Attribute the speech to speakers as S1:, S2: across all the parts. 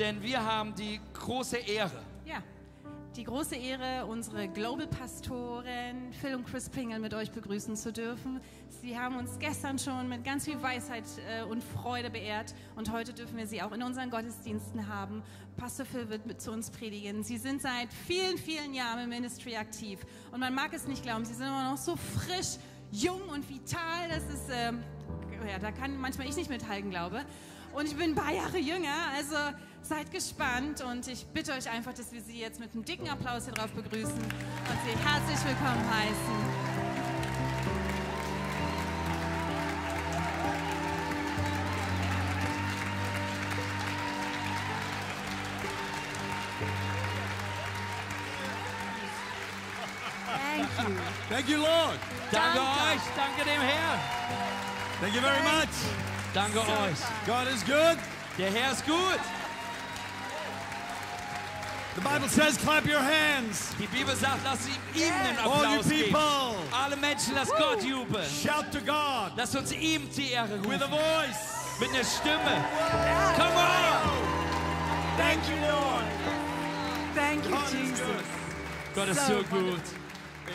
S1: Denn wir haben die große Ehre,
S2: Ja, die große Ehre, unsere Global Pastoren Phil und Chris Pingel mit euch begrüßen zu dürfen. Sie haben uns gestern schon mit ganz viel Weisheit äh, und Freude beehrt und heute dürfen wir sie auch in unseren Gottesdiensten haben. Pastor Phil wird mit zu uns predigen. Sie sind seit vielen, vielen Jahren im Ministry aktiv und man mag es nicht glauben, sie sind immer noch so frisch, jung und vital. Das ist ähm, ja, da kann manchmal ich nicht mithalten, glaube. Und ich bin ein paar Jahre jünger, also seid gespannt und ich bitte euch einfach, dass wir sie jetzt mit einem dicken Applaus hier drauf begrüßen und sie herzlich willkommen heißen.
S3: Thank you.
S4: Thank you, Lord.
S1: danke,
S2: Danke.
S1: euch, danke dem Herrn,
S4: Thank you very much.
S1: danke euch.
S4: God is good.
S1: Der Herr ist gut.
S4: The Bible says, clap your hands.
S1: Die Bibel sagt, lasst ihm ihm den
S4: All you
S1: Applaus geben.
S4: people,
S1: Alle Menschen, lasst Gott jubeln.
S4: shout to God
S1: Lasst uns ihm die Ehre
S4: with a
S1: rufen.
S4: voice.
S1: Mit einer Stimme. Come on!
S4: Thank you, Lord.
S3: Thank you,
S4: God is
S3: Jesus.
S4: good.
S1: Gott ist so
S3: So
S1: gut.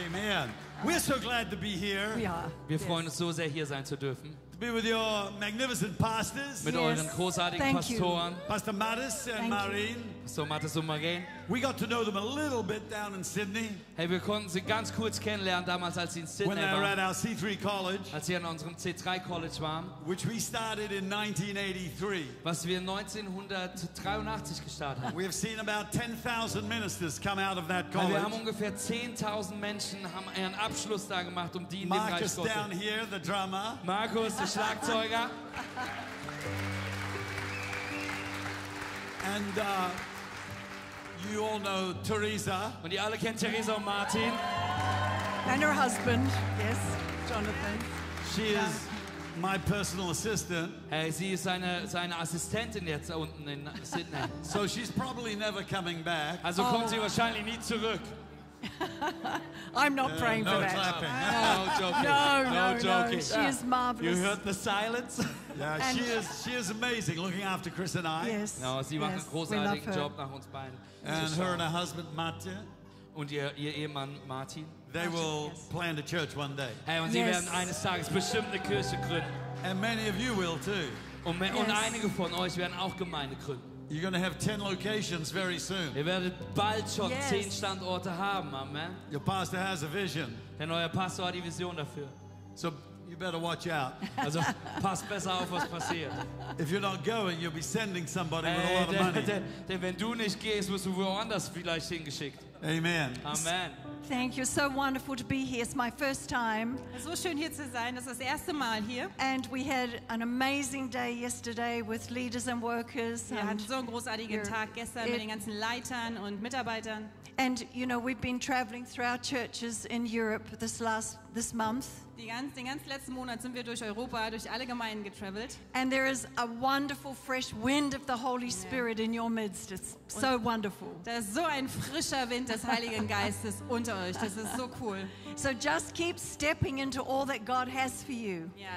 S4: Amen. We're so glad to be here,
S3: We are.
S1: Wir freuen uns so sehr, hier sein zu dürfen.
S4: to be with your magnificent pastors,
S1: Mit
S3: Yes.
S1: euren großartigen
S3: Thank you.
S1: Pastoren.
S4: Pastor Maris and
S3: Thank
S4: Marin.
S1: So Mattes und Maren.
S4: We got to know them a little bit down in Sydney
S1: Hey, wir konnten sie ganz kurz kennenlernen, damals, als sie in
S4: when
S1: Sydney
S4: they were at
S1: waren.
S4: our C3 college,
S1: Als sie an unserem C3-College waren,
S4: which we started in 1983.
S1: was wir 1983 gestartet haben.
S4: We have seen about 10,000 ministers come out of that
S1: Weil
S4: college.
S1: wir haben ungefähr 10.000 Menschen haben ihren Abschluss da gemacht, um die in dem Reich
S4: Marcus
S1: Gottes.
S4: down here, the drummer.
S1: Markus, der Schlagzeuger.
S4: And uh, you all know Teresa.
S1: Und ihr alle kennt Theresa und Martin.
S3: And her husband, yes, Jonathan.
S4: She is my personal assistant,
S1: Hey, sie ist seine, seine Assistentin jetzt da unten in Sydney.
S4: so she's probably never coming back.
S1: Also kommt sie wahrscheinlich nie zurück.
S3: I'm not praying
S4: No
S3: for that.
S4: clapping.
S1: Äh, No joking.
S3: No, no,
S1: joking.
S3: no. She is marvelous.
S1: You heard the silence?
S4: Yeah, she is. She is amazing, looking after Chris and I,
S3: Yes.
S1: No, sie macht
S3: yes,
S1: einen
S3: we love
S1: großartigen
S3: her.
S1: Job nach uns beiden.
S4: and her and her husband Mattia.
S1: Und ihr, ihr Ehemann Martin.
S4: They will plant a church one day,
S1: Hey, und sie
S3: Yes.
S1: werden eines Tages bestimmt eine Kirche gründen.
S4: and many of you will too.
S1: Und, me- und
S3: Yes.
S1: einige von euch werden auch Gemeinde gründen.
S4: You're going to have ten locations very soon.
S1: Ihr werdet bald schon
S3: Yes.
S1: zehn Standorte haben, Amen.
S4: Your pastor has a vision,
S1: Denn euer Pastor hat die Vision dafür.
S4: so you better watch out.
S1: Also passt besser auf, was passiert.
S4: If you're not going, you'll be sending somebody with a
S1: Ey,
S4: lot of
S1: denn,
S4: money.
S1: denn, denn wenn du nicht gehst, wirst du woanders vielleicht hingeschickt.
S4: Amen.
S1: Amen.
S3: Thank you. So wonderful to be here. It's my first time.
S2: So schön hier zu sein, das ist das erste Mal hier.
S3: And we had an amazing day yesterday with leaders and workers.
S2: Wir hatten
S3: And,
S2: so einen großartigen
S3: You're-
S2: Tag gestern mit den ganzen Leitern und Mitarbeitern.
S3: and, you know, we've been traveling through our churches in Europe this last this month.
S2: Die ganz, den ganz letzten Monat sind wir durch Europa, durch alle Gemeinden getravelt.
S3: And there is a wonderful fresh wind of the Holy Spirit in your midst. It's so wonderful.
S2: Da ist so ein frischer Wind des Heiligen Geistes unter euch. Das ist so cool.
S3: So just keep stepping into all that God has for you.
S2: Ja,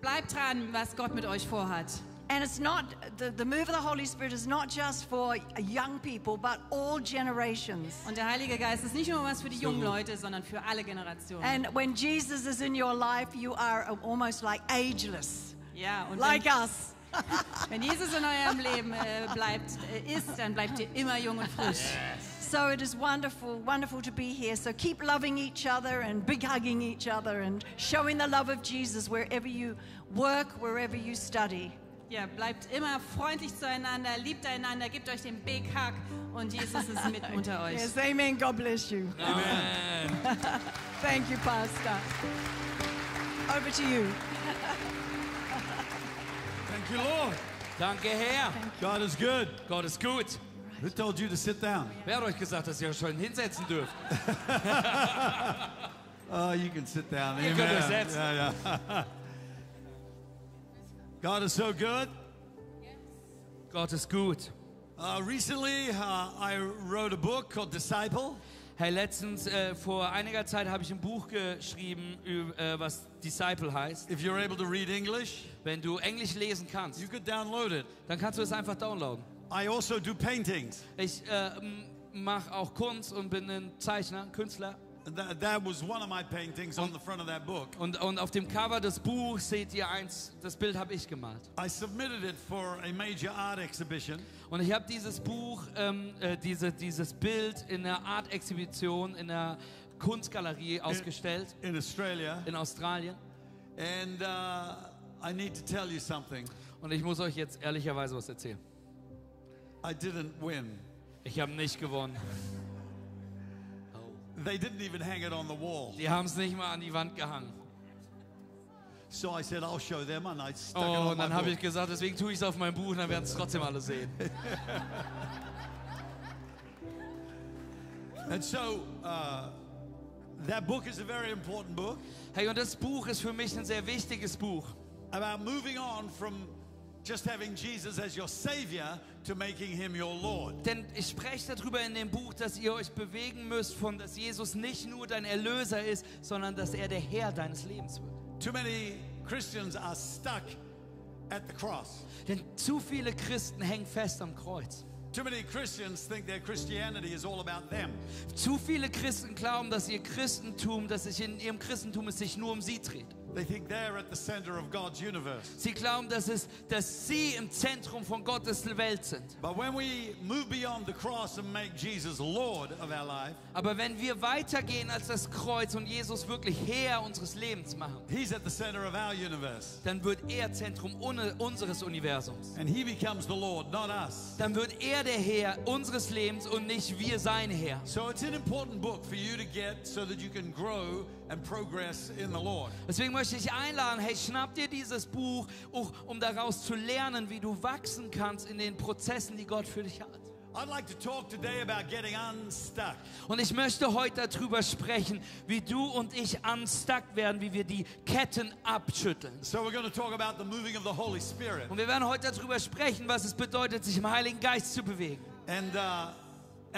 S2: bleibt dran, was Gott mit euch vorhat.
S3: And it's not, the, the move of the Holy Spirit is not just for young people, but all generations.
S2: Und der Heilige Geist ist nicht nur was für die jungen Leute, sondern für alle Generationen.
S3: And when Jesus is in your life, you are almost like ageless,
S2: Ja, und
S3: like
S2: wenn,
S3: us.
S2: wenn Jesus in eurem Leben äh, bleibt, äh, ist, dann bleibt ihr immer jung und frisch.
S3: So it is wonderful, wonderful to be here. So keep loving each other and big hugging each other and showing the love of Jesus wherever you work, wherever you study.
S2: Ja, bleibt immer freundlich zueinander, liebt einander, gebt euch den Big Hug und Jesus ist mit unter euch.
S3: Yes, amen. God bless you.
S1: Amen.
S3: Thank you, Pastor. Over to you.
S4: Thank you, Lord.
S1: Danke, Herr.
S4: God is good.
S1: Gott ist gut.
S4: Who told you to sit down?
S1: Wer hat euch gesagt, dass ihr euch schon hinsetzen dürft?
S4: Oh, you can sit down.
S1: You can
S4: Amen.
S1: accept.
S4: Yeah, yeah. God is so good.
S1: Gott ist gut.
S4: Uh, recently, uh, I wrote a book called Disciple,
S1: Hey, letztens, äh, vor einiger Zeit habe ich ein Buch geschrieben, üb- äh, was Disciple heißt.
S4: if you're able to read English.
S1: Wenn du Englisch lesen kannst,
S4: You could download it.
S1: dann kannst du es einfach downloaden.
S4: I also do paintings.
S1: Ich mache auch Kunst und bin ein Zeichner, Künstler.
S4: And That, that was one of my paintings on the front of that book.
S1: Und, und auf dem Cover des Buchs seht ihr eins, das Bild habe ich gemalt.
S4: I submitted it for a major art exhibition,
S1: Und ich habe dieses Buch, ähm, äh, diese, dieses Bild in einer Art-Exhibition, in einer Kunstgalerie ausgestellt
S4: in Australia.
S1: in Australien.
S4: And uh, I need to tell you something.
S1: Und ich muss euch jetzt ehrlicherweise was erzählen.
S4: I didn't win.
S1: Ich habe nicht gewonnen.
S4: They didn't even hang it on the wall.
S1: Die haben es nicht mal an die Wand gehangen.
S4: So I said, I'll show them, and I stuck it
S1: Oh,
S4: on
S1: und
S4: my
S1: dann habe
S4: book.
S1: ich gesagt, deswegen tue ich es auf mein Buch und dann werden es trotzdem alle sehen.
S4: And so uh, that book is a very important book
S1: Hey, und das Buch ist für mich ein sehr wichtiges Buch.
S4: about moving on from just having Jesus as your Savior to making Him your Lord.
S1: Denn ich spreche darüber in dem Buch, dass ihr euch bewegen müsst, von dass Jesus nicht nur dein Erlöser ist, sondern dass er der Herr deines Lebens wird.
S4: Too many Christians are stuck at the cross.
S1: Denn zu viele Christen hängen fest am Kreuz.
S4: Too many Christians think their Christianity is all about them.
S1: Zu viele Christen glauben, dass ihr Christentum, dass sich in ihrem Christentum es sich nur um sie dreht.
S4: They think they're at the center of God's universe.
S1: Sie glauben, dass, es, dass sie im Zentrum von Gottes Welt sind.
S4: But when we move beyond the cross and make Jesus Lord of our life,
S1: Aber wenn wir weitergehen als das Kreuz und Jesus wirklich Herr unseres Lebens machen,
S4: He's at the center of our universe.
S1: dann wird er Zentrum une- unseres Universums.
S4: And He becomes the Lord, not us.
S1: Dann wird er der Herr unseres Lebens und nicht wir sein Herr.
S4: So it's an important book for you to get so that you can grow and progress in the Lord.
S1: Deswegen möchte ich einladen, hey, schnapp dir dieses Buch, auch um daraus zu lernen, wie du wachsen kannst in den Prozessen, die Gott für dich hat.
S4: I'd like to talk today about getting unstuck.
S1: Und ich möchte heute darüber sprechen, wie du und ich unstuck werden, wie wir die Ketten abschütteln.
S4: So we're going to talk about the moving of the Holy Spirit.
S1: Und wir werden heute darüber sprechen, was es bedeutet, sich im Heiligen Geist zu bewegen.
S4: And uh,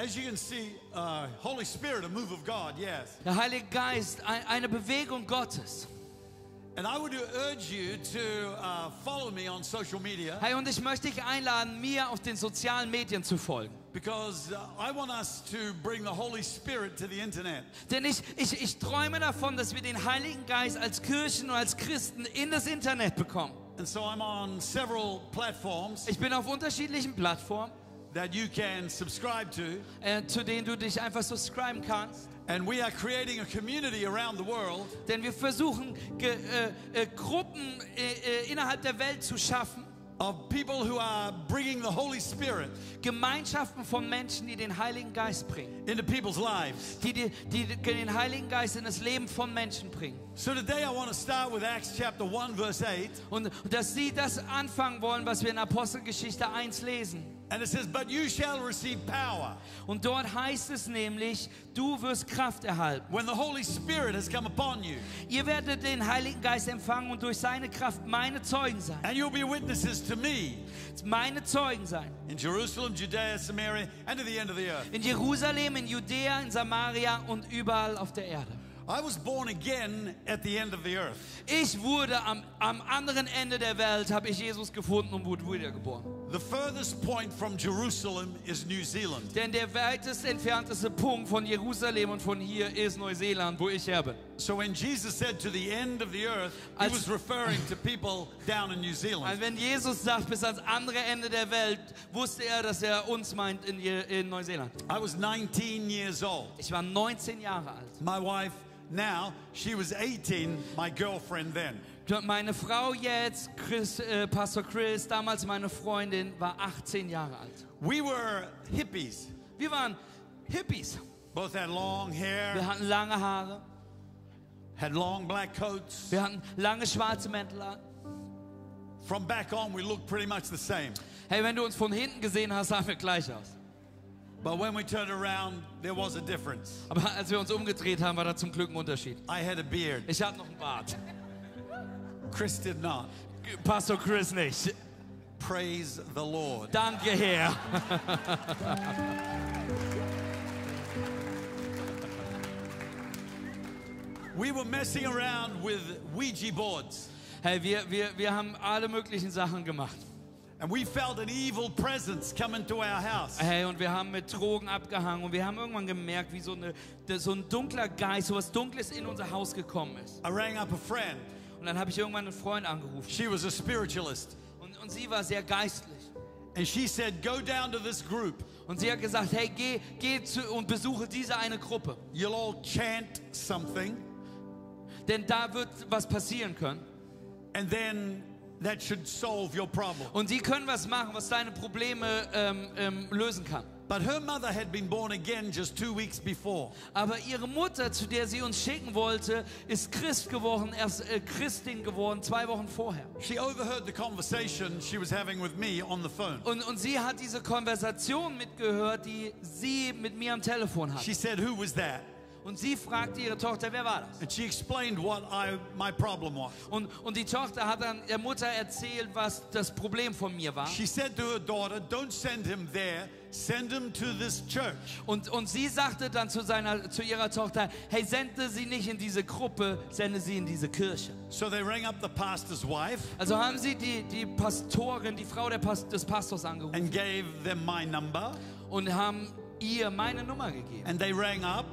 S4: as you can see, uh, Holy Spirit, a move of God, yes.
S1: Der Heilige Geist, ein- eine Bewegung Gottes.
S4: And I would urge you to uh, follow me on social media
S1: Hey, und ich möchte dich einladen, mir auf den sozialen Medien zu folgen.
S4: because uh, I want us to bring the Holy Spirit to the internet.
S1: Denn ich, ich, ich träume davon, dass wir den Heiligen Geist als Kirchen und als Christen in das Internet bekommen.
S4: And so I'm on several platforms
S1: Ich bin auf unterschiedlichen Plattformen,
S4: that you can subscribe to.
S1: äh, zu denen du dich einfach subscriben kannst.
S4: And we are creating a community around the world
S1: Denn wir versuchen, ge, äh, äh, Gruppen äh, äh, innerhalb der Welt zu schaffen.
S4: of people who are bringing the Holy Spirit
S1: Gemeinschaften von Menschen, die den Heiligen Geist bringen.
S4: into people's lives.
S1: Die, die, die den Heiligen Geist in das Leben von Menschen bringen.
S4: So today I want to start with Acts chapter 1, verse 8.
S1: Und dass sie das anfangen wollen, was wir in Apostelgeschichte 1 lesen.
S4: And it says, But you shall receive power.
S1: Und dort heißt es nämlich, du wirst Kraft erhalten.
S4: When the Holy Spirit has come upon you,
S1: Ihr werdet den Heiligen Geist empfangen und durch seine Kraft meine Zeugen sein.
S4: and you'll be witnesses to me
S1: Meine Zeugen sein.
S4: in Jerusalem, Judea, Samaria, and to the end of the earth.
S1: In Jerusalem, in Judäa, in Samaria und überall auf der Erde.
S4: I was born again at the end of the earth.
S1: Ich wurde am, am anderen Ende der Welt, habe ich Jesus gefunden und wurde wiedergeboren.
S4: The furthest point from Jerusalem is New Zealand.
S1: Denn der weitest entfernteste Punkt von Jerusalem und von hier ist Neuseeland, wo ich her bin.
S4: So when Jesus said to the end of the earth, he
S1: Als-
S4: was referring to people down in New
S1: Also
S4: Zealand.
S1: wenn Jesus sagt, bis ans andere Ende der Welt, wusste er, dass er uns meint in, Je- in Neuseeland.
S4: I was 19 years old.
S1: Ich war 19 Jahre alt.
S4: My wife now, she was 18, my girlfriend then.
S1: Meine Frau jetzt, Chris, äh, Pastor Chris, damals meine Freundin, war 18 Jahre alt.
S4: We were hippies.
S1: Wir waren Hippies.
S4: Both had long hair,
S1: Wir hatten lange Haare,
S4: had long black coats.
S1: wir hatten lange schwarze Mäntel an.
S4: From back on, we looked pretty much the same.
S1: Hey, wenn du uns von hinten gesehen hast, sahen wir gleich aus.
S4: But when we turned around, there was a difference.
S1: Aber als wir uns umgedreht haben, war da zum Glück ein Unterschied.
S4: I had a beard.
S1: Ich hatte noch einen Bart.
S4: Chris did not.
S1: Pastor Chris nicht.
S4: Praise the Lord.
S1: Danke, Herr.
S4: We were messing around with Ouija boards.
S1: Hey, wir, wir, wir haben alle möglichen Sachen gemacht.
S4: And we felt an evil presence come into our house.
S1: Hey, und wir haben mit Drogen abgehangen und wir haben irgendwann gemerkt, wie so, eine, da- so ein dunkler Geist, so was Dunkles in unser Haus gekommen ist.
S4: I rang up a friend.
S1: Und dann habe ich irgendwann einen Freund angerufen
S4: She was a spiritualist.
S1: und, und sie war sehr geistlich.
S4: And she said, Go down to this group.
S1: Und sie hat gesagt, hey, geh, geh zu, und besuche diese eine Gruppe,
S4: You'll all chant something,
S1: denn da wird was passieren können.
S4: and then that should solve your problem.
S1: Und sie können was machen, was deine Probleme ähm, ähm, lösen kann.
S4: But her mother had been born again just two weeks before.
S1: Aber ihre Mutter, zu der sie uns schicken wollte, ist Christ geworden, erst äh, Christin geworden, zwei Wochen vorher.
S4: She overheard the conversation she was having with me on the phone.
S1: Und, und sie hat diese Konversation mitgehört, die sie mit mir am Telefon hat.
S4: She said, Who was that?
S1: Und sie fragte ihre Tochter, wer war das?
S4: And she explained what I, my problem was.
S1: Und, und die Tochter hat dann der Mutter erzählt, was das Problem von mir war.
S4: She said to her daughter, Don't send him there, send him to this church.
S1: Und, und sie sagte dann zu, seiner, zu ihrer Tochter, hey, sende sie nicht in diese Gruppe, sende sie in diese Kirche.
S4: So they rang up the pastor's wife
S1: Also haben sie die, die Pastorin, die Frau der Pas des Pastors angerufen
S4: and gave them my number.
S1: und haben ihr meine Nummer gegeben.
S4: And they rang up,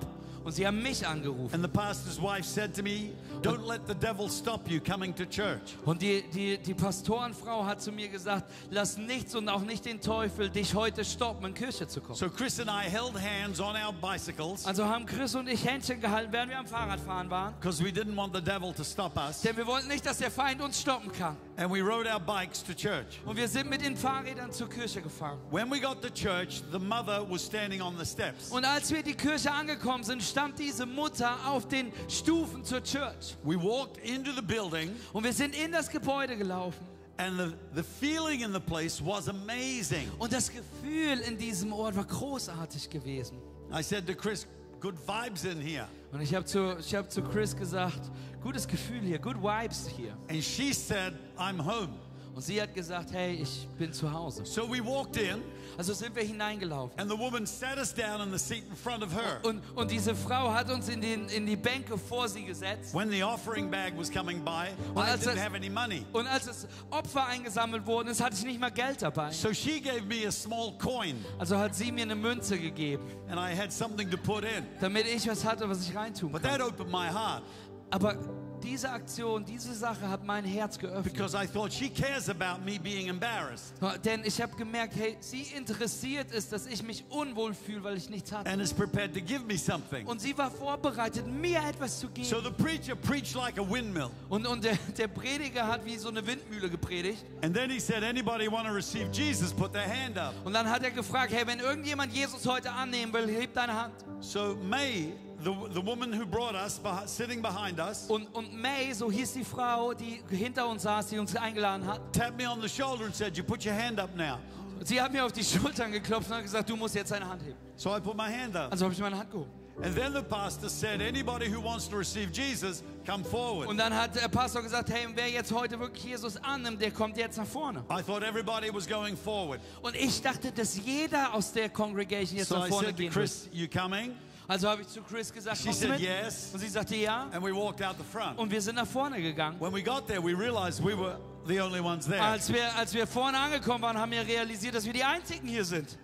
S1: Und sie haben mich angerufen.
S4: and the pastor's wife said to me, Don't let the devil stop you coming to church.
S1: Und die, die, die Pastorenfrau hat zu mir gesagt, lass nichts und auch nicht den Teufel dich heute stoppen, in Kirche zu kommen.
S4: So Chris and I held hands on our bicycles
S1: Also haben Chris und ich Händchen gehalten, während wir am Fahrradfahren waren.
S4: because we didn't want the devil to stop us.
S1: Denn wir wollten nicht, dass der Feind uns stoppen kann.
S4: And we rode our bikes to church.
S1: Und wir sind mit den Fahrrädern zur Kirche gefahren.
S4: When we got to church, the mother was standing on the steps.
S1: Und als wir in die Kirche angekommen sind, stand diese Mutter auf den Stufen zur Church.
S4: We walked into the building,
S1: Und wir sind in das Gebäude gelaufen.
S4: and the, the feeling in the place was amazing.
S1: Und das Gefühl in diesem Ort war großartig gewesen.
S4: I said to Chris, Good vibes in here.
S1: Und ich habe zu, ich hab zu Chris gesagt, gutes Gefühl hier, good vibes hier.
S4: And she said, I'm home.
S1: Und sie hat gesagt, hey, ich bin zu Hause.
S4: So we walked in,
S1: Also sind wir hineingelaufen.
S4: and the woman sat us down in the seat in front of her.
S1: Und, und diese Frau hat uns in, den, in die Bänke vor sie gesetzt.
S4: When the offering bag was coming by,
S1: Well,
S4: I
S1: that's
S4: didn't
S1: a-
S4: have any money.
S1: Und als das Opfer eingesammelt worden ist, hatte ich nicht mal Geld dabei.
S4: So she gave me a small coin,
S1: Also hat sie mir eine Münze gegeben,
S4: and I had something to put in.
S1: damit ich was hatte, was ich reintun
S4: But that
S1: kann.
S4: opened my heart
S1: Aber diese Aktion, diese Sache hat mein Herz geöffnet.
S4: because I thought she cares about me being embarrassed.
S1: Denn ich habe gemerkt, hey, sie interessiert ist, dass ich mich unwohl fühle, weil ich nichts hatte.
S4: and is prepared to give me something.
S1: Und sie war vorbereitet, mir etwas zu
S4: So
S1: geben.
S4: the preacher preached like a windmill.
S1: Und, und der, der Prediger hat wie so eine Windmühle gepredigt.
S4: And then he said, Anybody want to receive Jesus, put their hand up.
S1: Und dann hat er gefragt, hey, wenn irgendjemand Jesus heute annehmen will, heb deine Hand.
S4: So May, the, the woman who brought us, beh- sitting behind us,
S1: Und, und May, so hieß die Frau, die hinter uns saß, die uns eingeladen hat,
S4: tapped me on the shoulder and said, You put your hand up now.
S1: sie hat mir auf die Schultern geklopft und hat gesagt, du musst jetzt deine Hand heben.
S4: So I put my hand up.
S1: Also habe ich meine Hand gehoben.
S4: And then the pastor said, Anybody who wants to receive Jesus, come
S1: Und
S4: forward.
S1: dann hat der Pastor gesagt, hey, wer jetzt heute wirklich Jesus annimmt, der kommt jetzt nach vorne.
S4: I thought everybody was going forward.
S1: Und ich dachte, dass jeder aus der Congregation jetzt
S4: So
S1: nach
S4: I
S1: vorne
S4: said to
S1: gehen wird.
S4: Chris, You coming?
S1: Also habe ich zu Chris gesagt,
S4: She
S1: kommst du
S4: said
S1: mit?
S4: yes.
S1: Und sie sagte ja.
S4: And we walked out the front.
S1: Und wir sind nach vorne gegangen.
S4: When we got there, we realized we were the only ones there.
S1: Als wir, als wir vorne angekommen waren, haben wir realisiert, dass wir die Einzigen hier sind.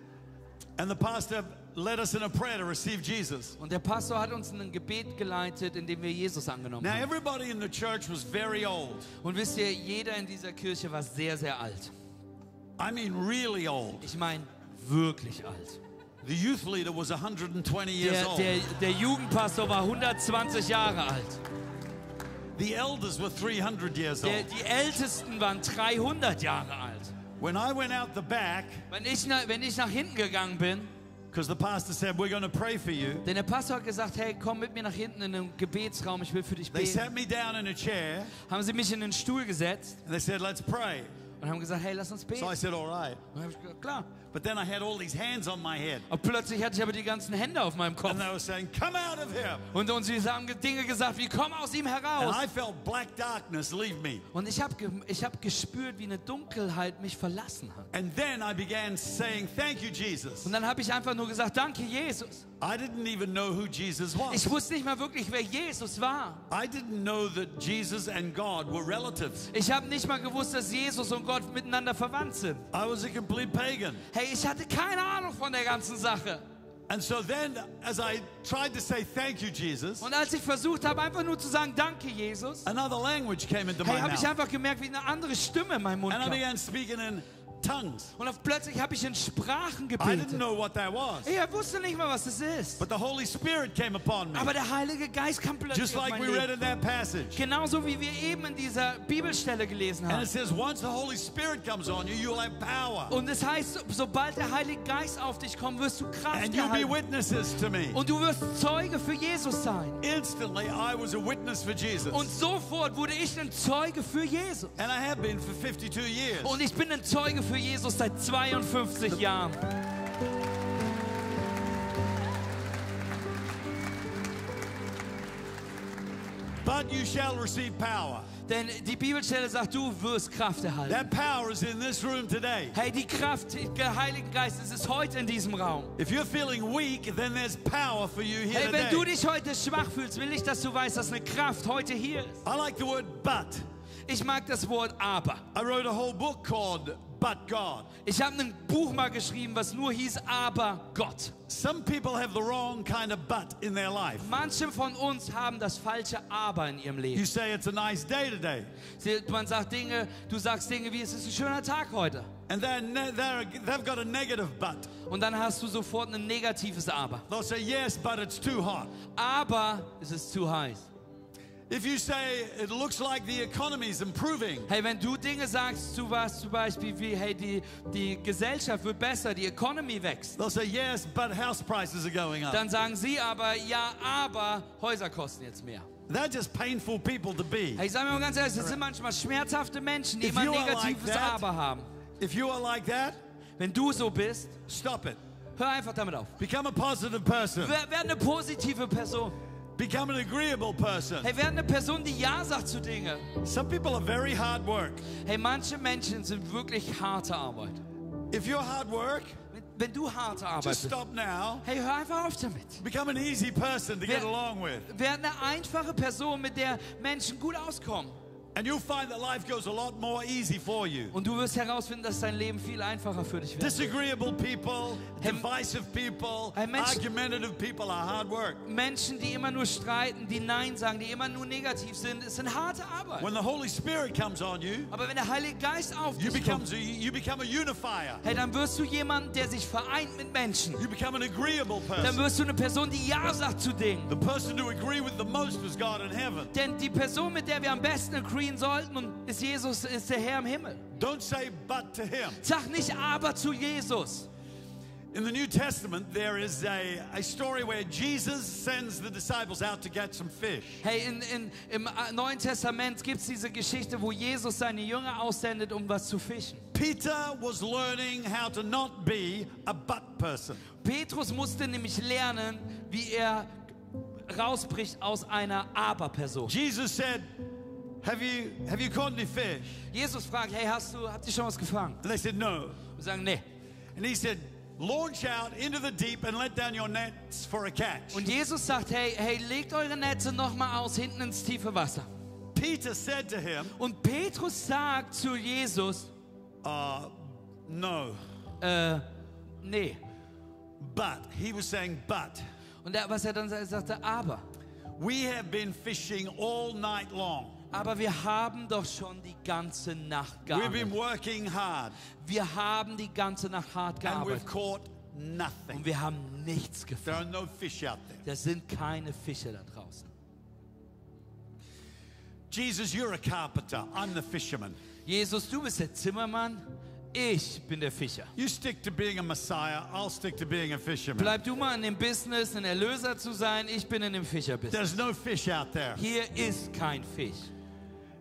S4: And the pastor led us in a prayer to receive Jesus.
S1: Und der Pastor hat uns in ein Gebet geleitet, in dem wir Jesus angenommen
S4: Now,
S1: haben.
S4: everybody in the church was very old.
S1: Und wisst ihr, jeder in dieser Kirche war sehr, sehr alt.
S4: I mean, really old.
S1: Ich meine, wirklich alt.
S4: The youth leader was 120 years
S1: Der,
S4: old.
S1: der, der Jugendpastor war 120 Jahre alt.
S4: The elders were 300 years
S1: Der,
S4: old.
S1: die Ältesten waren 300 Jahre alt.
S4: When I went out the back,
S1: Wenn ich, na, wenn ich nach hinten gegangen bin,
S4: because the pastor said, We're going to pray for you,
S1: denn der Pastor hat gesagt, hey, komm mit mir nach hinten in den Gebetsraum, ich will für dich
S4: they
S1: beten.
S4: sat me down in a chair
S1: Haben sie mich in den Stuhl gesetzt
S4: and they said, Let's pray.
S1: und haben gesagt, hey, lass uns beten.
S4: So I said, All right.
S1: Und dann hab ich gesagt, klar.
S4: But then I had all these hands on my head.
S1: Und plötzlich hatte ich aber die ganzen Hände auf meinem Kopf.
S4: And they were saying, Come out of here.
S1: Und, und sie haben Dinge gesagt wie, komm aus ihm
S4: And
S1: heraus.
S4: I felt black darkness leave me.
S1: Und ich habe ge ich hab gespürt, wie eine Dunkelheit mich verlassen hat.
S4: And then I began saying, Thank you, Jesus.
S1: Und dann habe ich einfach nur gesagt, danke Jesus.
S4: I didn't even know who Jesus was.
S1: Ich wusste nicht mal wirklich, wer Jesus war.
S4: I didn't know that Jesus and God were relatives.
S1: Ich habe nicht mal gewusst, dass Jesus und Gott miteinander verwandt sind.
S4: I was a complete pagan.
S1: Hey, ich hatte keine Ahnung von der ganzen Sache.
S4: And so then, as I tried to say, Thank you, Jesus,
S1: Und als ich versucht habe, einfach nur zu sagen, danke Jesus,
S4: another language came into
S1: hey,
S4: my
S1: habe ich
S4: mouth.
S1: einfach gemerkt, wie eine andere Stimme in meinen Mund
S4: And I
S1: kam.
S4: began speaking in tongues.
S1: Und auf plötzlich habe ich in Sprachen
S4: I didn't
S1: gebetet.
S4: know what that was.
S1: Ich wusste nicht mal, was das ist.
S4: But the Holy Spirit came upon me.
S1: Aber der Heilige Geist kam plötzlich
S4: Just
S1: auf
S4: like
S1: mein
S4: we
S1: Leben.
S4: read in that passage.
S1: Genauso wie wir eben in dieser Bibelstelle gelesen
S4: And it
S1: haben.
S4: says, once the Holy Spirit comes on you, you'll have power.
S1: Und es heißt, so- sobald der Heilige Geist auf dich kommt, wirst du Kraft
S4: And you'll be
S1: erhalten.
S4: witnesses to me.
S1: Und du wirst Zeuge für Jesus sein.
S4: Instantly, I was a witness for Jesus.
S1: Und sofort wurde ich ein Zeuge für Jesus.
S4: And I have been for 52 years.
S1: Und ich bin ein Zeuge für Jesus seit 52 Jahren.
S4: But you shall receive power.
S1: Denn die Bibelstelle sagt, du wirst Kraft erhalten.
S4: That power is in this room today.
S1: Hey, die Kraft des Heiligen Geistes ist heute in diesem Raum.
S4: If you're feeling weak, then there's power for you here
S1: Hey, wenn du
S4: today.
S1: dich heute schwach fühlst, will ich, dass du weißt, dass eine Kraft heute hier ist.
S4: I like the word but.
S1: Ich mag das Wort aber.
S4: I wrote a whole book called But God.
S1: Ich habe ein Buch mal geschrieben, was nur hieß Aber Gott.
S4: Some people have the wrong kind of but in their life.
S1: Manche von uns haben das falsche Aber in ihrem
S4: You
S1: Leben.
S4: say it's a nice day today.
S1: Sie- Man sagt Dinge, du sagst Dinge wie, es ist ein schöner Tag heute.
S4: And they're ne- they're, they've got a negative but.
S1: Und dann hast du sofort ein negatives Aber.
S4: They'll say, yes, but it's too hot.
S1: Aber es ist zu heiß.
S4: If you say, it looks like the economy's improving,
S1: Hey, wenn du Dinge sagst zu was, zum Beispiel wie, hey, die, die Gesellschaft wird besser, die Economy wächst,
S4: they'll say, yes, but house prices are going up.
S1: dann sagen sie aber, ja, aber Häuser kosten jetzt mehr.
S4: They're just painful people to be.
S1: Hey, sag mir mal ganz ehrlich, das sind manchmal schmerzhafte Menschen, die
S4: If
S1: immer ein
S4: you are like
S1: negatives
S4: that-
S1: Aber haben.
S4: If you are like that,
S1: Wenn du so bist,
S4: stop it.
S1: hör einfach damit auf.
S4: Become a positive person.
S1: Wer- Werde eine positive Person.
S4: Become an agreeable person.
S1: Hey, werde eine Person, die Ja sagt zu Dingen.
S4: Some people are very hard work.
S1: Hey, manche Menschen sind wirklich harte Arbeit.
S4: If you're hard work,
S1: Wenn, wenn du harte Arbeit
S4: just
S1: bist,
S4: stop now.
S1: hey, hör einfach auf damit.
S4: Become an easy person to get
S1: Yeah.
S4: along with.
S1: Werde eine einfache Person, mit der Menschen gut auskommen.
S4: And you'll find that life goes a lot more easy for you.
S1: Und du wirst herausfinden, dass dein Leben viel einfacher für dich wird.
S4: Disagreeable people,
S1: Hey,
S4: divisive people,
S1: hey, Mensch-
S4: argumentative people are hard work.
S1: Menschen, die immer nur streiten, die Nein sagen, die immer nur negativ sind, es sind harte Arbeit.
S4: When the Holy Spirit comes on you,
S1: Aber wenn der Heilige Geist auf
S4: you,
S1: dich
S4: become
S1: kommt,
S4: a, you become a unifier.
S1: hey, dann wirst du jemand, der sich vereint mit Menschen.
S4: You become an agreeable
S1: Dann
S4: person.
S1: wirst du eine Person, die Ja sagt zu Dingen.
S4: The person to agree with the most is God in heaven.
S1: Denn die Person, mit der wir am besten agreeen sollten, und ist Jesus, ist der Herr im Himmel.
S4: Don't say but to him.
S1: Sag nicht aber zu Jesus.
S4: In the New Testament, there is a, a story where Jesus sends the disciples out to get some fish.
S1: Hey, in, in, im Neuen Testament gibt es diese Geschichte, wo Jesus seine Jünger aussendet, um was zu fischen.
S4: Peter was learning how to not be a but person.
S1: Petrus musste nämlich lernen, wie er rausbricht aus einer Aber-Person.
S4: Jesus said, have you, have you caught any fish?
S1: Jesus fragt, hey, hast du, habt ihr schon was gefangen?
S4: And they said, No.
S1: Wir sagen, nee.
S4: And he said, Launch out into the deep and let down your nets for a catch.
S1: Und Jesus sagt, hey, hey, legt eure Netze nochmal aus, hinten ins tiefe Wasser.
S4: Peter said to him,
S1: Und Petrus sagt zu Jesus,
S4: uh, No.
S1: nee.
S4: But, he was saying, But,
S1: Und er, was er dann sa- sagte, aber,
S4: we have been fishing all night long.
S1: aber wir haben doch schon die ganze Nacht
S4: We've been
S1: gearbeitet.
S4: working hard
S1: Wir haben die ganze Nacht hart
S4: and we've
S1: gearbeitet
S4: caught
S1: und
S4: nothing.
S1: wir haben nichts
S4: There
S1: gefangen.
S4: are no fish out there.
S1: Das sind keine Fische da draußen.
S4: Jesus, you're a carpenter. I'm the fisherman.
S1: Jesus, du bist der Zimmermann, ich bin der Fischer.
S4: You stick to being a Messiah. I'll stick to being a fisherman.
S1: Bleib du mal in dem Business, ein Erlöser zu sein, ich bin in dem Fischerbusiness.
S4: There's no fish out there.
S1: Hier ist kein Fisch.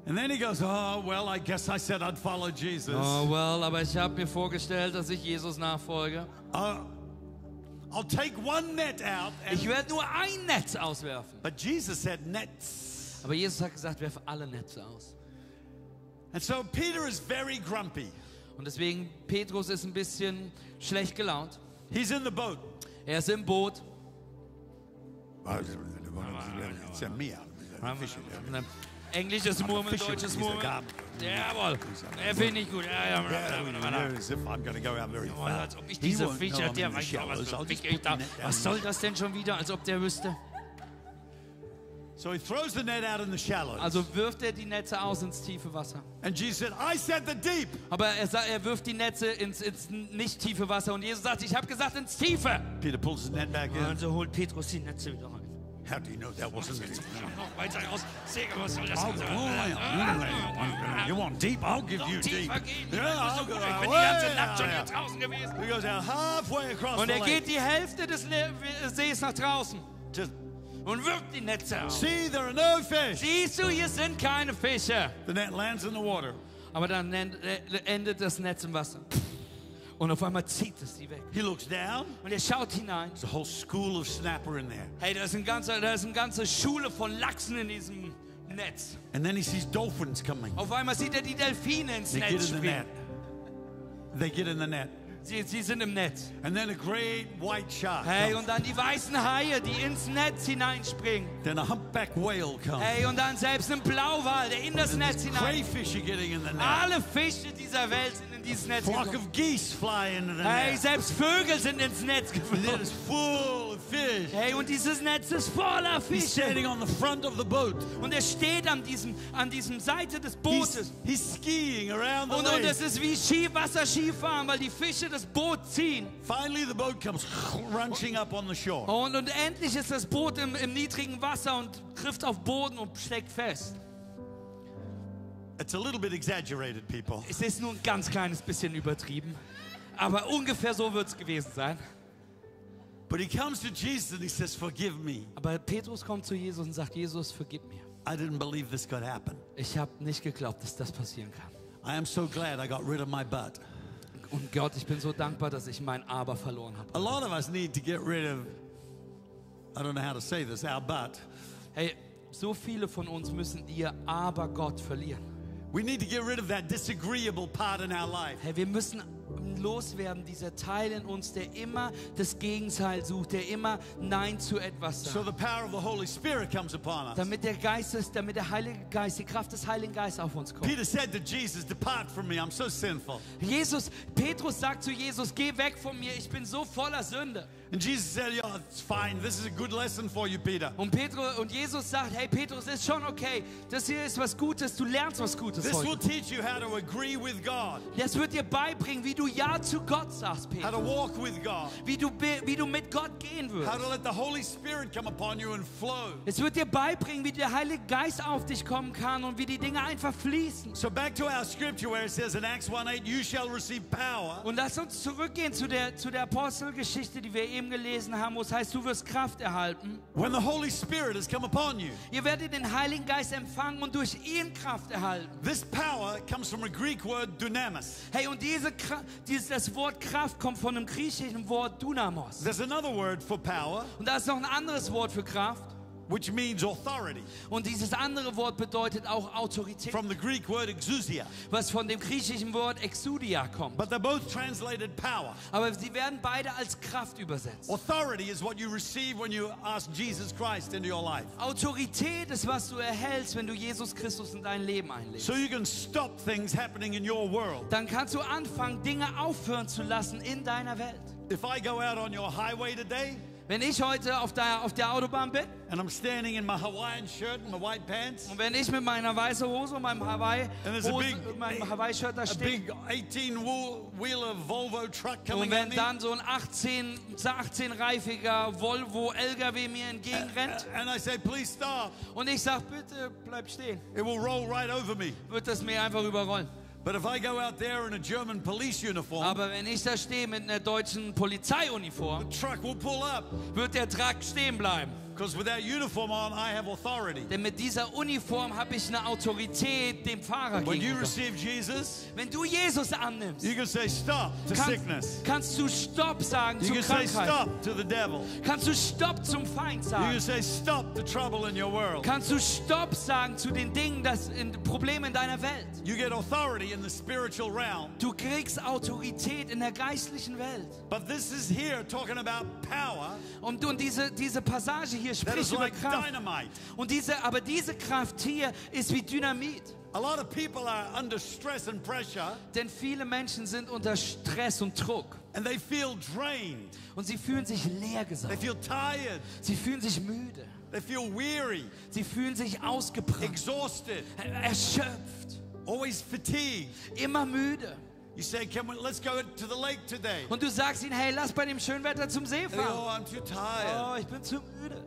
S4: And then he goes, Oh, well, I guess I said I'd follow Jesus.
S1: Oh, well, aber ich habe mir vorgestellt, dass ich Jesus nachfolge.
S4: Uh, I'll take one net out.
S1: Ich
S4: And,
S1: werde nur ein Netz auswerfen.
S4: but Jesus said nets.
S1: Aber Jesus hat gesagt, werf alle Netze aus.
S4: And so Peter is very grumpy.
S1: Und deswegen, Petrus ist ein bisschen schlecht gelaunt.
S4: He's in the boat.
S1: Er ist im Boot.
S4: Oh,
S1: Englisch ist Murmeln,
S4: Fische,
S1: deutsches
S4: dieser
S1: Murmeln.
S4: Gaben.
S1: Jawohl, er finde ich gut. Ja, ja.
S4: As if I'm going to go out very
S1: Oh,
S4: fast.
S1: als ob ich
S4: He
S1: diese
S4: won't know
S1: Fischer,
S4: I'm in
S1: der
S4: the
S1: weiß ja, was,
S4: shallows. I'll
S1: für
S4: just
S1: Fick
S4: put
S1: ich
S4: the
S1: da,
S4: net down
S1: was soll
S4: here.
S1: das denn schon wieder, als ob der wüsste.
S4: So he throws the net out in the shallows.
S1: Also wirft er die Netze aus ins tiefe Wasser.
S4: And Jesus said, I said the deep.
S1: Aber er, sa- er wirft die Netze ins, ins nicht tiefe Wasser und Jesus sagt, ich habe gesagt ins Tiefe.
S4: Peter pulls his net back in.
S1: Also holt Petrus die Netze wieder rein.
S4: How do you know that wasn't Oh, the deep?
S1: Noch weiter raus. Säge, was soll das
S4: I'll
S1: denn?
S4: go on. You want deep? I'll give you
S1: Noch
S4: deep.
S1: tiefer gehen.
S4: Yeah, I'll
S1: ich
S4: go
S1: bin
S4: out.
S1: die ganze Nacht schon
S4: Way
S1: hier
S4: out.
S1: draußen gewesen.
S4: He goes out halfway across
S1: Und
S4: the
S1: er geht
S4: lake.
S1: die Hälfte des Le äh, Sees nach draußen
S4: Just
S1: und wirft die Netze aus.
S4: see, there are no fish.
S1: Siehst du, hier sind keine Fische.
S4: The net lands in the water.
S1: Aber dann nen- äh, endet das Netz im Wasser. Und auf einmal zieht es sie weg.
S4: He looks down.
S1: Und er schaut hinein.
S4: There's a whole school of snapper in there.
S1: Hey, da ist, ein ganzer, da ist eine ganze Schule von Lachsen in diesem Netz.
S4: And then he sees dolphins coming.
S1: Auf einmal sieht er die Delfine ins
S4: They get
S1: Netz
S4: in the net.
S1: springen.
S4: They get in the net.
S1: Sie, sie sind im Netz.
S4: And then a great white shark.
S1: Hey,
S4: comes.
S1: und dann die weißen Haie, die ins Netz hineinspringen.
S4: Then a humpback whale comes.
S1: Hey, und dann selbst ein Blauwal, der in Oh. das
S4: And
S1: Netz
S4: these
S1: hinein.
S4: crayfish are getting in the net.
S1: Alle Fische dieser Welt sind in dieses Netz
S4: Flock
S1: gekommen.
S4: of geese fly into the
S1: Hey,
S4: net.
S1: selbst Vögel sind ins Netz
S4: The net
S1: geflogen.
S4: is full of fish.
S1: Hey, und dieses Netz ist voller
S4: He's standing
S1: Fische.
S4: on the front of the boat.
S1: Und er steht an diesem, an diesem Seite des
S4: He's,
S1: Bootes.
S4: he's skiing around the
S1: Und, und
S4: lake.
S1: es ist wie Ski, Wasser, Skifahren, weil die Fische das Boot ziehen.
S4: Finally, the boat comes crunching up on the shore.
S1: Und, und endlich ist das Boot im, im niedrigen Wasser und trifft auf Boden und steckt fest.
S4: It's a little bit exaggerated, people.
S1: Es ist nur ein ganz kleines bisschen übertrieben. Aber ungefähr so wird es gewesen sein.
S4: But he comes to Jesus and he says, Forgive me.
S1: Aber Petrus kommt zu Jesus und sagt, Jesus, vergib mir.
S4: I didn't believe this could happen.
S1: Ich habe nicht geglaubt, dass das passieren kann.
S4: I am so glad I got rid of my butt.
S1: Und Gott, ich bin so dankbar, dass ich mein Aber verloren habe.
S4: A lot of us need to get rid of, I don't know how to say this, our butt.
S1: Hey, so viele von uns müssen ihr Aber Gott verlieren.
S4: We need to get rid of that disagreeable part in our life.
S1: Hey, wir müssen loswerden, dieser Teil in uns, der immer das Gegenteil sucht, der immer Nein zu etwas
S4: So
S1: sagt.
S4: the power of the Holy Spirit comes upon us.
S1: Damit der Geist ist, damit der Heilige Geist, die Kraft des Heiligen Geistes auf uns kommt.
S4: Peter said to Jesus, Depart from me, I'm so sinful.
S1: Jesus, Petrus sagt zu Jesus, geh weg von mir, ich bin so voller Sünde.
S4: And Jesus said, Yeah, it's fine. This is a good lesson for you, Peter.
S1: Und, Petrus, und Jesus sagt, hey Petrus, ist schon okay, das hier ist was Gutes, du lernst was Gutes
S4: This will
S1: heute.
S4: teach you how to agree with God,
S1: Das wird dir beibringen, wie du Ja zu Gott sagst,
S4: how
S1: Petrus.
S4: to walk with God,
S1: Wie du, be- wie du mit Gott gehen wirst.
S4: how to let the Holy Spirit come upon you and flow.
S1: Es wird dir beibringen, wie der Heilige Geist auf dich kommen kann und wie die Dinge einfach fließen.
S4: So back to our scripture where it says in Acts 1:8, you shall receive power
S1: Und lass uns zurückgehen zu der, zu der Apostelgeschichte, die wir eben gelesen haben, wo es heißt, du wirst Kraft erhalten.
S4: when the Holy Spirit has come upon you.
S1: Ihr werdet den Heiligen Geist empfangen und durch ihn Kraft erhalten.
S4: This power comes from a Greek word dunamis.
S1: Hey, und diese, Kra- dieses, das Wort Kraft kommt von dem griechischen Wort Dynamos.
S4: There's another word for power,
S1: Und da ist noch ein anderes Wort für Kraft.
S4: which means authority,
S1: Und dieses andere Wort bedeutet auch Autorität,
S4: from the Greek word exousia.
S1: was von dem griechischen Wort Exoudia kommt.
S4: But they're both translated power.
S1: Aber sie werden beide als Kraft übersetzt.
S4: Authority is what you receive when you ask Jesus Christ into your life.
S1: Autorität ist, was du erhältst, wenn du Jesus Christus in dein Leben einlädst.
S4: So you can stop things happening in your world.
S1: Dann kannst du anfangen, Dinge aufhören zu lassen in deiner Welt.
S4: If I go out on your highway today
S1: Wenn ich heute auf der, auf der Autobahn bin
S4: and I'm standing in my Hawaiian shirt and my white pants,
S1: und wenn ich mit meiner weißen Hose und meinem Hawaii
S4: And there's a
S1: Hose,
S4: big-
S1: und meinem Hawaii Shirt da
S4: a
S1: stehe
S4: big 18 wheel- wheeler Volvo truck
S1: und
S4: coming at
S1: wenn
S4: me,
S1: dann so ein 18 18 reifiger Volvo LKW mir entgegenrennt
S4: and I say, please stop,
S1: und ich sag bitte bleib stehen,
S4: it will roll right over me.
S1: wird das mir einfach überrollen.
S4: But if I go out there in a German police uniform,
S1: Aber wenn ich da stehe mit einer deutschen Polizeiuniform,
S4: the truck will pull up
S1: wird der Truck stehen bleiben.
S4: Because with that uniform on, I have authority.
S1: Denn mit dieser Uniform habe ich eine Autorität dem Fahrer
S4: When you
S1: gegenüber.
S4: receive Jesus,
S1: Wenn du Jesus annimmst,
S4: you can say stop to sickness.
S1: kannst, kannst du Stopp sagen
S4: You
S1: zu
S4: can say
S1: Krankheit.
S4: stop to the devil.
S1: Kannst du Stopp zum Feind
S4: You can
S1: sagen.
S4: say stop to trouble in your world.
S1: Kannst du Stopp sagen zu den Dingen, das in Problemen in deiner Welt.
S4: You get authority in the spiritual realm.
S1: Du kriegst Autorität in der geistlichen Welt.
S4: But this is here talking about power
S1: Und, und diese, diese Passage hier
S4: that
S1: spricht
S4: is
S1: über
S4: like
S1: Kraft.
S4: dynamite.
S1: Und diese, aber diese Kraft hier ist wie Dynamit.
S4: A lot of people are under stress and pressure
S1: Denn viele Menschen sind unter Stress und Druck.
S4: and they feel drained.
S1: Und sie fühlen sich leer
S4: They
S1: gesaugt.
S4: feel tired.
S1: Sie fühlen sich müde.
S4: They feel weary,
S1: Sie fühlen sich ausgebrannt,
S4: exhausted,
S1: erschöpft,
S4: always fatigued.
S1: immer müde.
S4: You say, "Can we let's go to the lake today?"
S1: Und du sagst ihnen, hey, lass bei dem schönen Wetter zum See
S4: And they go, "Oh,
S1: fahren.
S4: I'm too tired."
S1: Oh, ich bin zu müde.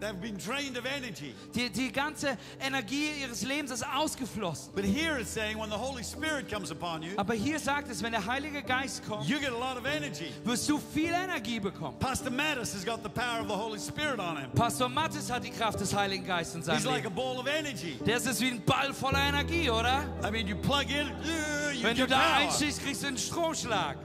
S4: They've been drained of energy.
S1: Die, die ganze Energie ihres Lebens ist ausgeflossen.
S4: But here it's saying when the Holy Spirit comes upon you,
S1: Aber hier sagt es, wenn der Heilige Geist kommt,
S4: you get a lot of energy.
S1: wirst du viel Energie bekommen.
S4: Pastor Mattis has got the power of the Holy Spirit on him.
S1: Pastor Mattes hat die Kraft des Heiligen Geistes in
S4: He's
S1: seinem
S4: like a
S1: Leben.
S4: ball of energy.
S1: Der ist wie ein Ball voller Energie, oder?
S4: I mean, you plug in, yeah, you
S1: Wenn du
S4: get
S1: da
S4: power.
S1: einschießt, kriegst du einen Stromschlag.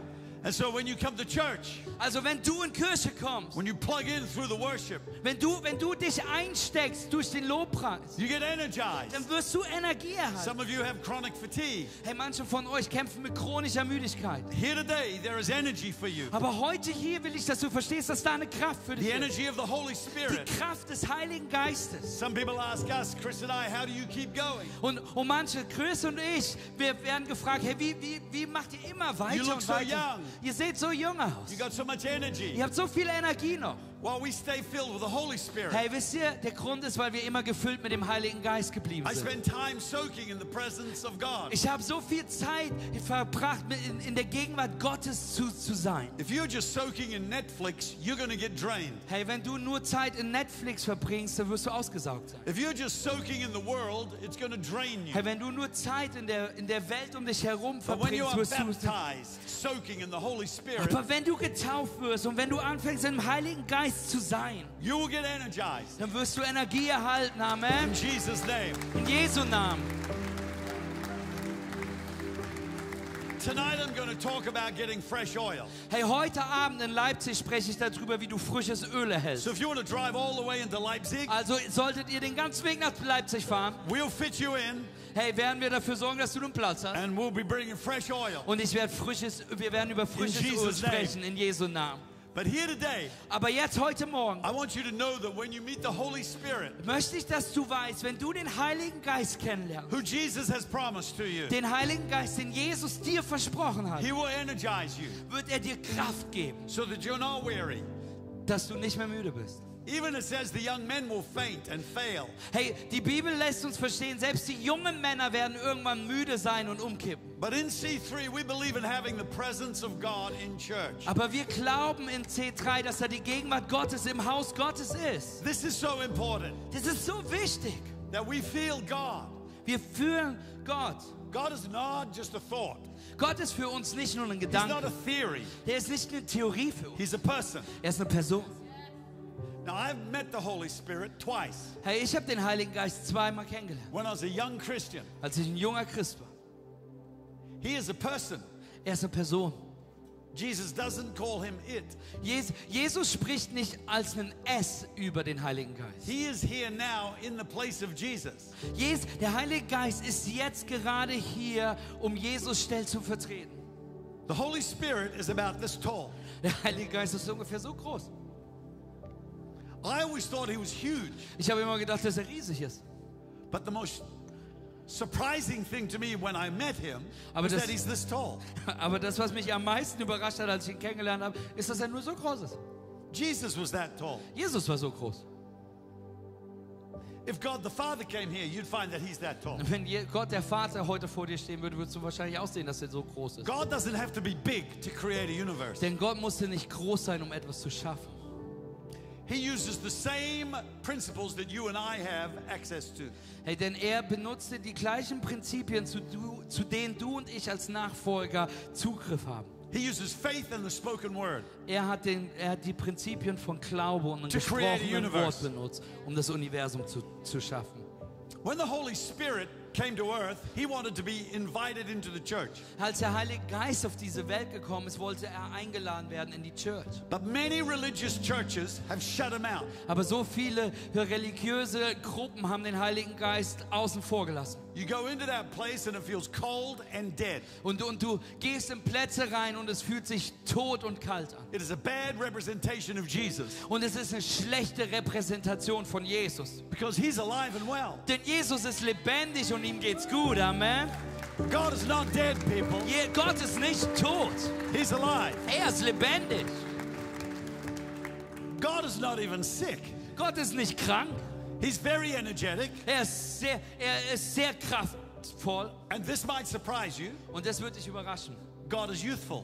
S4: And so when you come to church,
S1: Also wenn du in Kirche kommst,
S4: when you plug in through the worship,
S1: wenn du, wenn du dich einsteckst durch den Lobpreis,
S4: you get energized.
S1: dann wirst du Energie erhalten.
S4: Some of you have chronic fatigue.
S1: Hey, manche von euch kämpfen mit chronischer Müdigkeit.
S4: Here today, there is energy for you.
S1: Aber heute hier will ich, dass du verstehst, dass da eine Kraft für dich
S4: The
S1: ist.
S4: energy of the Holy Spirit.
S1: Die Kraft des Heiligen Geistes.
S4: Some people ask us, Chris and I, how do you keep going?
S1: Und, und manche, Chris und ich, wir werden gefragt, hey, wie, wie, wie macht ihr immer weiter
S4: You look
S1: und
S4: so
S1: weiter?
S4: young.
S1: Ihr seht so jung aus.
S4: You got so much energy.
S1: Ihr habt so viel Energie noch.
S4: While we stay filled with the Holy Spirit,
S1: Hey, wisst ihr, der Grund ist, weil wir immer gefüllt mit dem Heiligen Geist geblieben
S4: I
S1: sind.
S4: spend time soaking in the presence of God.
S1: Ich habe so viel Zeit verbracht, mit- in, in der Gegenwart Gottes zu, zu sein.
S4: If you're just soaking in Netflix, you're going to get drained.
S1: Hey, wenn du nur Zeit in Netflix verbringst, dann wirst du ausgesaugt sein.
S4: If you're just soaking in the world, it's going to drain you.
S1: Hey, wenn du nur Zeit in der, in der Welt um dich herum
S4: But when you
S1: verbringst,
S4: are
S1: wirst du...
S4: baptized, soaking in the Holy Spirit,
S1: Aber wenn du getauft wirst und wenn du anfängst, im Heiligen Geist zu sein,
S4: you will get energized.
S1: dann wirst du Energie erhalten. Amen.
S4: In Jesus' name.
S1: In Jesu Namen.
S4: Tonight I'm going to talk about getting fresh oil.
S1: Hey, heute Abend in Leipzig spreche ich darüber, wie du frisches Öl erhältst.
S4: So if you want to drive all the way into Leipzig,
S1: Also solltet ihr den ganzen Weg nach Leipzig fahren,
S4: we'll fit you in
S1: hey, werden wir dafür sorgen, dass du einen Platz hast.
S4: and we'll be bringing fresh oil.
S1: Und ich werde frisches, wir werden über frisches
S4: Jesus'
S1: Öl sprechen in Jesu Namen.
S4: But here today,
S1: Aber jetzt heute Morgen
S4: I want you to know that when you meet the Holy Spirit,
S1: möchte ich, dass du weißt, wenn du den Heiligen Geist kennenlernst,
S4: who Jesus has promised to you,
S1: den Heiligen Geist, den Jesus dir versprochen hat,
S4: He will energize you
S1: wird er dir Kraft geben,
S4: so that you're not weary.
S1: dass du nicht mehr müde bist.
S4: Even it says the young men will faint and fail.
S1: Hey, die Bibel lässt uns verstehen, selbst die jungen Männer werden irgendwann müde sein und umkippen.
S4: But in C3, we believe in having the presence of God in church.
S1: Aber wir glauben in C3, dass da die Gegenwart Gottes im Haus Gottes ist.
S4: This is so important
S1: Das ist so wichtig.
S4: that we feel God.
S1: Wir fühlen Gott.
S4: God is not just a thought,
S1: Gott ist für uns nicht nur ein
S4: He's not a
S1: Gedanke.
S4: theory,
S1: Er ist nicht eine Theorie für uns.
S4: He's a person.
S1: Er ist eine Person.
S4: Now, I've met the Holy Spirit twice
S1: Hey, ich habe den Heiligen Geist zweimal kennengelernt,
S4: when I was a young Christian.
S1: als ich ein junger Christ war.
S4: He is a person.
S1: Er ist eine Person.
S4: Jesus doesn't call him it.
S1: Jes Jesus spricht nicht als ein S über den Heiligen Geist.
S4: He is here now in the place of Jesus.
S1: Jes der Heilige Geist ist jetzt gerade hier, um Jesus schnell zu vertreten.
S4: The Holy Spirit is about this tall.
S1: Der Heilige Geist ist ungefähr so groß.
S4: I always thought he was huge,
S1: Ich habe immer gedacht, dass er riesig ist.
S4: but the most surprising thing to me when I met him
S1: Aber
S4: was
S1: das-
S4: that he's this tall.
S1: Aber das, was mich am meisten überrascht hat, als ich ihn kennengelernt habe, ist, dass er nur so groß ist.
S4: Jesus was that tall.
S1: Jesus war so groß.
S4: If God the Father came here, you'd find that he's that tall.
S1: Wenn je- Gott, der Vater, heute vor dir stehen würde, würdest du wahrscheinlich auch sehen, dass er so groß ist.
S4: God doesn't have to be big to create a universe.
S1: Denn Gott musste nicht groß sein, um etwas zu schaffen.
S4: He uses the same principles that you and I have access to.
S1: Hey, denn er benutzte die gleichen Prinzipien, zu, du, zu denen du und ich als Nachfolger Zugriff haben.
S4: He uses faith and the spoken word.
S1: Er hat, den, er hat die Prinzipien von Glaube und dem
S4: To create a
S1: gesprochenen Wort
S4: universe.
S1: benutzt, um das Universum zu, zu schaffen.
S4: When the Holy Spirit came to earth, he wanted to be invited into the church.
S1: Als der Heilige Geist auf diese Welt gekommen ist, wollte er eingeladen werden in die Church.
S4: But many religious churches have shut him out.
S1: Aber so viele religiöse Gruppen haben den Heiligen Geist außen vor gelassen.
S4: You go into that place and it feels cold and dead.
S1: Und, und du gehst in Plätze rein und es fühlt sich tot und kalt an.
S4: It is a bad representation of Jesus
S1: Und es ist eine schlechte Repräsentation von Jesus.
S4: because he's alive and well.
S1: Denn Jesus ist lebendig und ihm geht's gut, Amen.
S4: God is not dead, people.
S1: Je- Gott ist nicht tot,
S4: He's alive.
S1: er ist lebendig.
S4: God is not even sick.
S1: Gott ist nicht krank,
S4: He's very energetic.
S1: er ist sehr, er ist sehr kraftvoll.
S4: And this might surprise you
S1: Und das wird dich überraschen.
S4: God is youthful.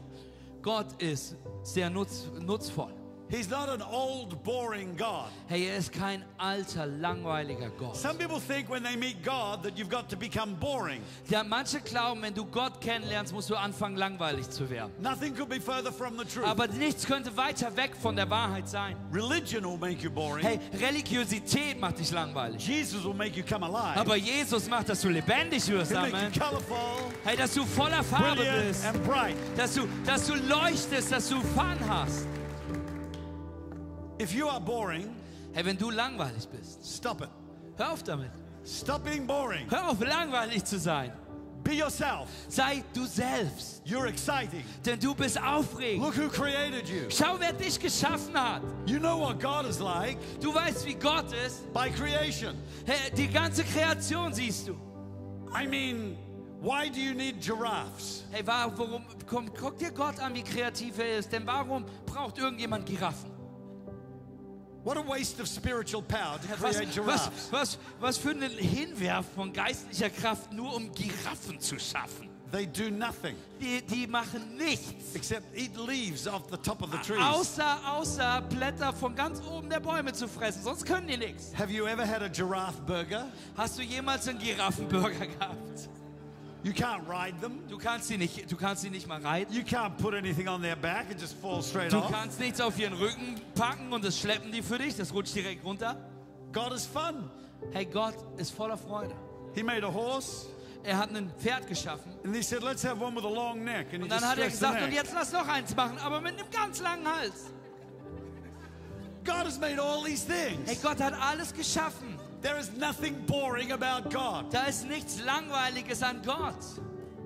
S1: Gott ist sehr nutz, nutzvoll.
S4: He's not an old, boring God.
S1: Hey, er ist kein alter, langweiliger Gott.
S4: Some people think when they meet God that you've got to become boring.
S1: Ja, manche glauben, wenn du Gott kennenlernst, musst du anfangen, langweilig zu werden.
S4: Nothing could be further from the truth.
S1: Aber nichts könnte weiter weg von der Wahrheit sein.
S4: Religion will make you boring.
S1: Hey, Religiosität macht dich langweilig.
S4: Jesus will make you come alive.
S1: Aber Jesus macht, dass du lebendig wirst,
S4: He'll make
S1: Amen.
S4: you colorful,
S1: Hey, dass du voller Farbe
S4: brilliant, Ähm.
S1: bist.
S4: and bright.
S1: Dass du, dass du leuchtest, dass du Fun hast.
S4: If you are boring,
S1: Hey, wenn du langweilig bist,
S4: stop it.
S1: hör auf damit.
S4: Stop being boring.
S1: Hör auf, langweilig zu sein.
S4: Be yourself.
S1: Sei du selbst,
S4: You're exciting.
S1: denn du bist aufregend.
S4: Look who created you.
S1: Schau, wer dich geschaffen hat.
S4: You know what God is like
S1: Du weißt, wie Gott ist.
S4: by creation.
S1: Hey, die ganze Kreation siehst du.
S4: I mean, why do you need giraffes?
S1: Hey, wa- warum, komm, guck dir Gott an, wie kreativ er ist. Denn warum braucht irgendjemand Giraffen?
S4: What a waste of spiritual power to
S1: Was,
S4: create
S1: was,
S4: giraffes.
S1: was, was für ein Hinwerf von geistlicher Kraft, nur um Giraffen zu schaffen.
S4: They do nothing
S1: Die, die machen nichts.
S4: except eat leaves off the top
S1: Uh,
S4: of the trees.
S1: Außer, außer Blätter von ganz oben der Bäume zu fressen. Sonst können die nichts.
S4: Have you ever had a giraffe burger?
S1: Hast du jemals einen Giraffenburger gehabt?
S4: You can't ride them.
S1: Du kannst sie nicht, du kannst sie nicht mal reiten. Genau.
S4: You can't put anything on their back. It just falls straight
S1: Du
S4: off.
S1: kannst nichts auf ihren Rücken packen und das schleppen die für dich. Das rutscht direkt runter.
S4: God is fun.
S1: Hey, Gott ist voller Freude.
S4: He made a horse
S1: Er hat ein Pferd geschaffen.
S4: and he said, let's have one with a long neck. And
S1: Und
S4: he
S1: dann
S4: just
S1: hat er
S4: stretched the
S1: gesagt, und
S4: neck.
S1: jetzt lass noch eins machen, aber mit einem ganz langen Hals.
S4: God has made all these
S1: Hey,
S4: things.
S1: Gott hat alles geschaffen.
S4: There is nothing boring about God.
S1: Da ist nichts Langweiliges an Gott.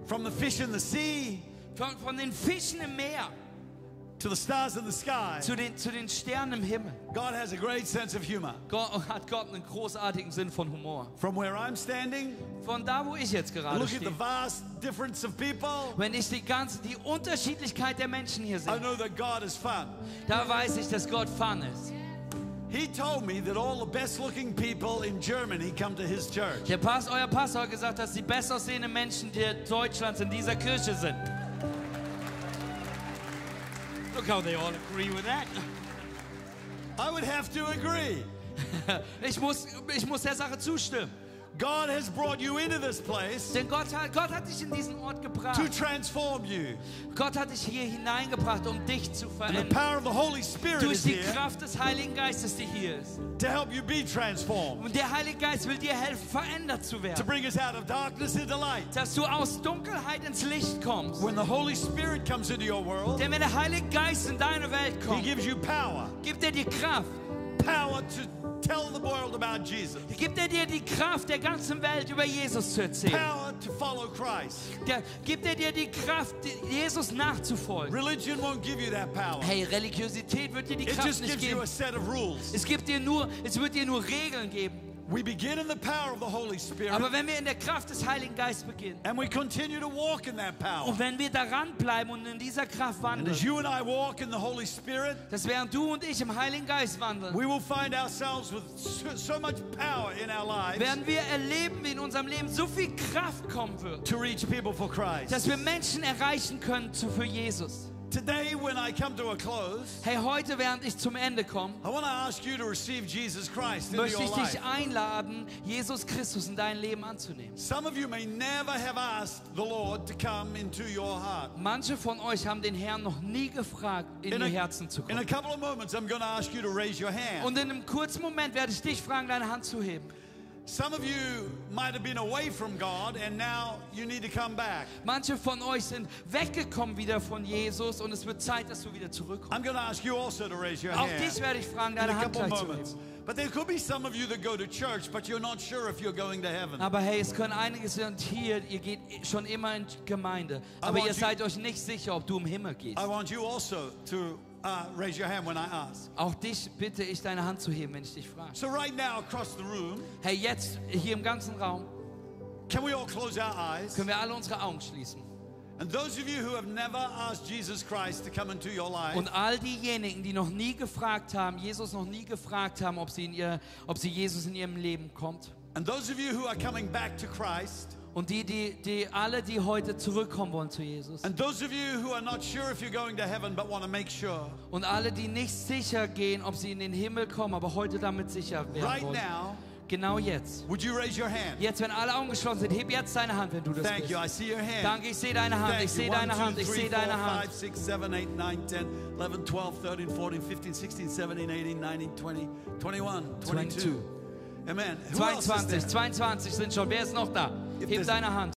S4: From the fish in the sea
S1: Von, von den Fischen im Meer
S4: to the stars in the sky,
S1: zu den, zu den Sternen im Himmel.
S4: God has a great sense of humor.
S1: Gott, hat Gott einen großartigen Sinn von Humor.
S4: From where I'm standing,
S1: Von da, wo ich jetzt gerade
S4: look at the
S1: stehe.
S4: vast difference of people.
S1: Wenn ich die ganze, die Unterschiedlichkeit der Menschen hier
S4: I
S1: sehe,
S4: know that God is fun.
S1: da weiß ich, dass Gott fun ist.
S4: He told me that all the best looking people in Germany come to his church.
S1: Der Pas, euer Pastor hat gesagt, dass die bestaussehenden Menschen der Deutschlands in dieser Kirche sind. Look how they all agree with that.
S4: I would have to agree.
S1: Ich muss, ich muss der Sache zustimmen.
S4: God has brought you into this place
S1: Denn Gott hat, Gott hat dich in diesen Ort gebracht.
S4: to transform you.
S1: Gott hat dich hier hineingebracht, um dich zu
S4: And the
S1: verändern.
S4: power of the Holy Spirit
S1: Durch
S4: is
S1: die
S4: here
S1: Kraft des Heiligen Geistes, die hier ist.
S4: to help you be transformed,
S1: Und der Heilige Geist will dir helfen, verändert zu
S4: to
S1: werden.
S4: bring us out of darkness into light.
S1: Dass du aus Dunkelheit ins Licht kommst.
S4: When the Holy Spirit comes into your world,
S1: Denn wenn der Heilige Geist in deine Welt
S4: he
S1: kommt,
S4: gives you power
S1: gibt er dir Kraft.
S4: power to tell the world about Jesus,
S1: Gibt er dir die Kraft der ganzen Welt über Jesus zu erzählen?
S4: power to follow Christ.
S1: Der, gibt er dir die Kraft, die- Jesus nachzufolgen?
S4: Religion won't give you that power.
S1: Hey, Religiosität wird dir die
S4: It
S1: Kraft
S4: just
S1: nicht
S4: gives you
S1: geben.
S4: a set of rules.
S1: Es gibt dir nur, es wird dir nur Regeln geben.
S4: We begin in the power of the Holy Spirit
S1: Aber wenn wir in der Kraft des Heiligen Geistes beginnen
S4: and we continue to walk in that power.
S1: und wenn wir daran bleiben und in dieser Kraft
S4: And as
S1: wandeln,
S4: you and I walk in the Holy Spirit,
S1: dass während du und ich im Heiligen Geist wandeln,
S4: we will find ourselves with so, so much power in our lives
S1: werden wir erleben, wie in unserem Leben so viel Kraft kommen wird,
S4: to reach people for Christ.
S1: dass wir Menschen erreichen können zu, für Jesus.
S4: Today, when I come to a close,
S1: Hey, heute, während ich zum Ende komme,
S4: I want to ask you to receive Jesus Christ into
S1: möchte
S4: your
S1: ich
S4: life.
S1: dich einladen, Jesus Christus in dein Leben anzunehmen.
S4: Some of you may never have asked the Lord to come into your heart.
S1: Manche von euch haben den Herrn noch nie gefragt, in, ihr Herzen zu
S4: in a
S1: kommen.
S4: couple of moments, I'm going to ask you to raise your hand.
S1: Und in einem kurzen Moment werde ich dich fragen, deine Hand zu heben.
S4: Some of you might have been away from God and now you need to come back.
S1: Manche von euch sind weggekommen wieder von Jesus und es wird Zeit, dass du wieder zurückkommst.
S4: I'm going to ask you also to raise your
S1: Auch
S4: hand.
S1: dich werde ich fragen,
S4: in
S1: deine
S4: a
S1: Hand
S4: couple of
S1: gleich zu
S4: moments.
S1: heben.
S4: But there could be some of you that go to church, but you're not sure if you're going to heaven.
S1: Aber hey, es können einige sind hier, ihr geht schon immer in Gemeinde, aber
S4: want
S1: ihr
S4: you-
S1: seid euch nicht sicher, ob du im Himmel gehst.
S4: I want you also to uh, raise your hand when I ask.
S1: Auch dich bitte ich, deine Hand zu heben, wenn ich dich frage.
S4: So, right now, across the room,
S1: Hey, jetzt hier im ganzen Raum
S4: can we all close our eyes?
S1: können wir alle unsere Augen schließen.
S4: And those of you who have never asked Jesus Christ to come into your life,
S1: Und all diejenigen, die noch nie gefragt haben, Jesus noch nie gefragt haben, ob sie, in ihr, ob sie Jesus in ihrem Leben kommt.
S4: and those of you who are coming back to Christ,
S1: Und die, die, die, alle, die heute zurückkommen wollen zu Jesus.
S4: and those of you who are not sure if you're going to heaven but want to make sure,
S1: Und alle, die nicht sicher gehen, ob sie in den Himmel kommen, aber heute damit sicher werden
S4: right
S1: wollen.
S4: now,
S1: Genau jetzt.
S4: would you raise your hand?
S1: Jetzt, wenn alle Augen geschlossen sind, heb jetzt deine Hand, wenn du das
S4: Thank
S1: bist.
S4: you. I see your hand.
S1: Danke, ich sehe deine Hand,
S4: Thank
S1: ich
S4: you.
S1: sehe
S4: One,
S1: deine
S4: two,
S1: Hand, ich
S4: three,
S1: sehe
S4: four,
S1: deine Hand.
S4: five, six, seven, eight, nine, 10, 11, 12, 13, 14, 15, 16, 17, 18, 19, 20, 21, 22. Amen. Who else is
S1: 22,
S4: there?
S1: 22 sind schon. Wer ist noch da?
S4: If
S1: Heb
S4: there's-
S1: deine Hand.